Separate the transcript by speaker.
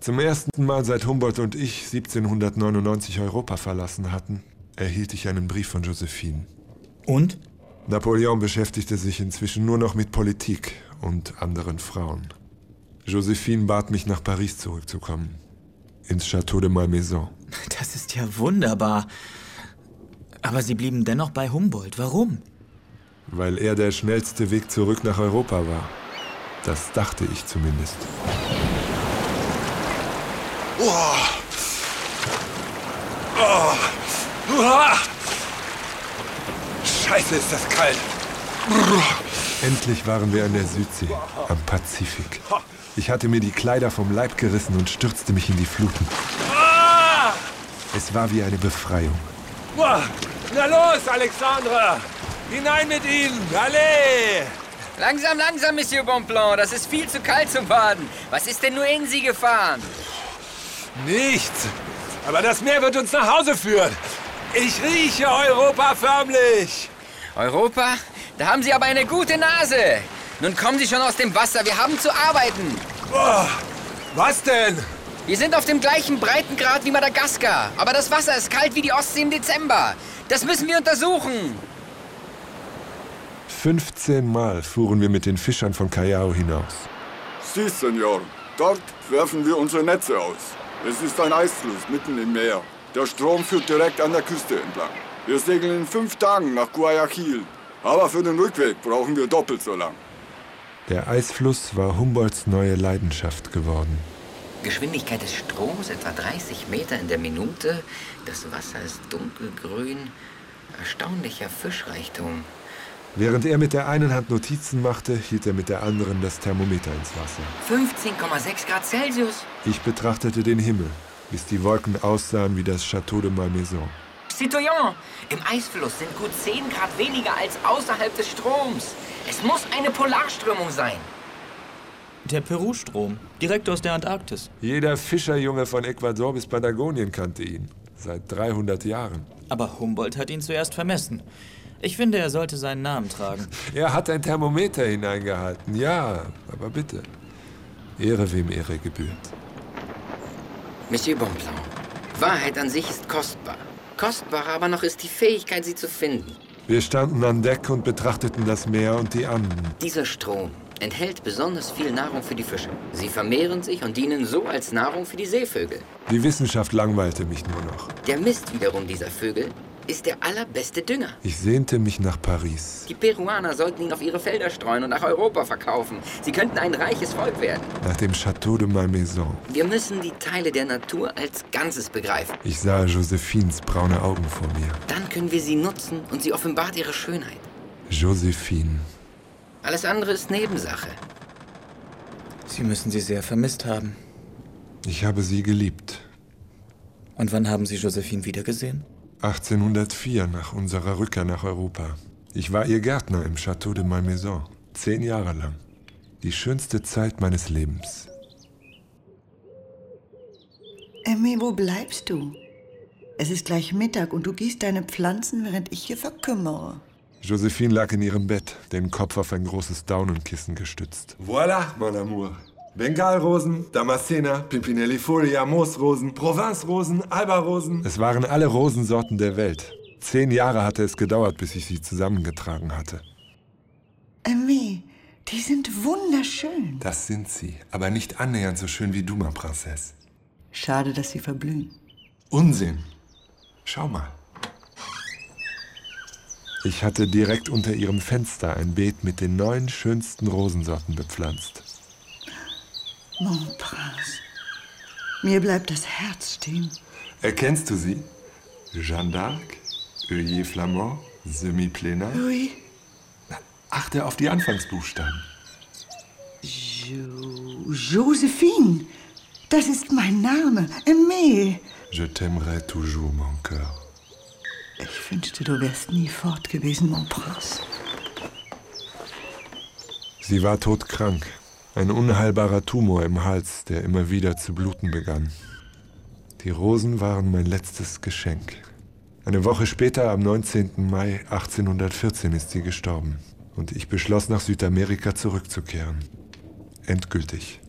Speaker 1: Zum ersten Mal seit Humboldt und ich 1799 Europa verlassen hatten, erhielt ich einen Brief von Josephine.
Speaker 2: Und?
Speaker 1: Napoleon beschäftigte sich inzwischen nur noch mit Politik und anderen Frauen. Josephine bat mich, nach Paris zurückzukommen. Ins Château de Malmaison.
Speaker 2: Das ist ja wunderbar. Aber Sie blieben dennoch bei Humboldt. Warum?
Speaker 1: Weil er der schnellste Weg zurück nach Europa war. Das dachte ich zumindest.
Speaker 3: Oh. Oh. Uah. Scheiße, ist das kalt.
Speaker 1: Endlich waren wir an der Südsee, am Pazifik. Ich hatte mir die Kleider vom Leib gerissen und stürzte mich in die Fluten.
Speaker 3: Ah.
Speaker 1: Es war wie eine Befreiung.
Speaker 3: Uah. Na los, Alexandra! Hinein mit Ihnen! Alle!
Speaker 4: Langsam, langsam, Monsieur Bonpland. Das ist viel zu kalt zum Baden. Was ist denn nur in Sie gefahren?
Speaker 3: Nichts! Aber das Meer wird uns nach Hause führen! Ich rieche Europa förmlich!
Speaker 4: Europa? Da haben Sie aber eine gute Nase. Nun kommen Sie schon aus dem Wasser. Wir haben zu arbeiten.
Speaker 3: Uah. Was denn?
Speaker 4: Wir sind auf dem gleichen Breitengrad wie Madagaskar. Aber das Wasser ist kalt wie die Ostsee im Dezember. Das müssen wir untersuchen.
Speaker 1: 15 Mal fuhren wir mit den Fischern von Callao hinaus.
Speaker 5: Sie, Senor. Dort werfen wir unsere Netze aus. Es ist ein Eisfluss mitten im Meer. Der Strom führt direkt an der Küste entlang. Wir segeln in fünf Tagen nach Guayaquil. Aber für den Rückweg brauchen wir doppelt so lang.
Speaker 1: Der Eisfluss war Humboldts neue Leidenschaft geworden.
Speaker 4: Geschwindigkeit des Stroms etwa 30 Meter in der Minute. Das Wasser ist dunkelgrün. Erstaunlicher Fischreichtum.
Speaker 1: Während er mit der einen Hand Notizen machte, hielt er mit der anderen das Thermometer ins Wasser.
Speaker 4: 15,6 Grad Celsius.
Speaker 1: Ich betrachtete den Himmel, bis die Wolken aussahen wie das Château de Malmaison.
Speaker 4: Citoyen, im Eisfluss sind gut 10 Grad weniger als außerhalb des Stroms. Es muss eine Polarströmung sein.
Speaker 2: Der Peru-Strom, direkt aus der Antarktis.
Speaker 1: Jeder Fischerjunge von Ecuador bis Patagonien kannte ihn. Seit 300 Jahren.
Speaker 2: Aber Humboldt hat ihn zuerst vermessen. Ich finde, er sollte seinen Namen tragen.
Speaker 1: Er hat ein Thermometer hineingehalten, ja, aber bitte. Ehre, wem Ehre gebührt.
Speaker 4: Monsieur Bonpland, Wahrheit an sich ist kostbar. Kostbarer aber noch ist die Fähigkeit, sie zu finden.
Speaker 1: Wir standen an Deck und betrachteten das Meer und die Anden.
Speaker 4: Dieser Strom enthält besonders viel Nahrung für die Fische. Sie vermehren sich und dienen so als Nahrung für die Seevögel.
Speaker 1: Die Wissenschaft langweilte mich nur noch.
Speaker 4: Der Mist wiederum dieser Vögel ist der allerbeste Dünger.
Speaker 1: Ich sehnte mich nach Paris.
Speaker 4: Die Peruaner sollten ihn auf ihre Felder streuen und nach Europa verkaufen. Sie könnten ein reiches Volk werden.
Speaker 1: Nach dem Château de Malmaison.
Speaker 4: Wir müssen die Teile der Natur als Ganzes begreifen.
Speaker 1: Ich sah Josephines braune Augen vor mir.
Speaker 4: Dann können wir sie nutzen und sie offenbart ihre Schönheit.
Speaker 1: Josephine.
Speaker 4: Alles andere ist Nebensache.
Speaker 2: Sie müssen sie sehr vermisst haben.
Speaker 1: Ich habe sie geliebt.
Speaker 2: Und wann haben Sie Josephine wiedergesehen?
Speaker 1: 1804 nach unserer Rückkehr nach Europa. Ich war ihr Gärtner im Château de Malmaison. Zehn Jahre lang. Die schönste Zeit meines Lebens.
Speaker 6: Emmy, wo bleibst du? Es ist gleich Mittag und du gießt deine Pflanzen, während ich hier verkümmere.
Speaker 1: Josephine lag in ihrem Bett, den Kopf auf ein großes Daunenkissen gestützt.
Speaker 7: Voilà, mon amour. Bengalrosen, Damascena, Pimpinellifolia, Moosrosen, Provencerosen, Alba-Rosen.
Speaker 1: Es waren alle Rosensorten der Welt. Zehn Jahre hatte es gedauert, bis ich sie zusammengetragen hatte.
Speaker 6: Emmy, die sind wunderschön.
Speaker 1: Das sind sie, aber nicht annähernd so schön wie du, ma Prinzess.
Speaker 6: Schade, dass sie verblühen.
Speaker 1: Unsinn. Schau mal. Ich hatte direkt unter ihrem Fenster ein Beet mit den neun schönsten Rosensorten bepflanzt.
Speaker 6: Mon Prince, mir bleibt das Herz stehen.
Speaker 1: Erkennst du sie? Jeanne d'Arc, Eulier Flamand, Semiplena.
Speaker 6: Louis,
Speaker 1: Achte auf die Anfangsbuchstaben.
Speaker 6: jo Josephine, das ist mein Name. Emmy.
Speaker 1: Je t'aimerai toujours, mon cœur.
Speaker 6: Ich wünschte, du wärst nie fort gewesen, Mon Prince.
Speaker 1: Sie war todkrank. Ein unheilbarer Tumor im Hals, der immer wieder zu bluten begann. Die Rosen waren mein letztes Geschenk. Eine Woche später, am 19. Mai 1814, ist sie gestorben. Und ich beschloss, nach Südamerika zurückzukehren. Endgültig.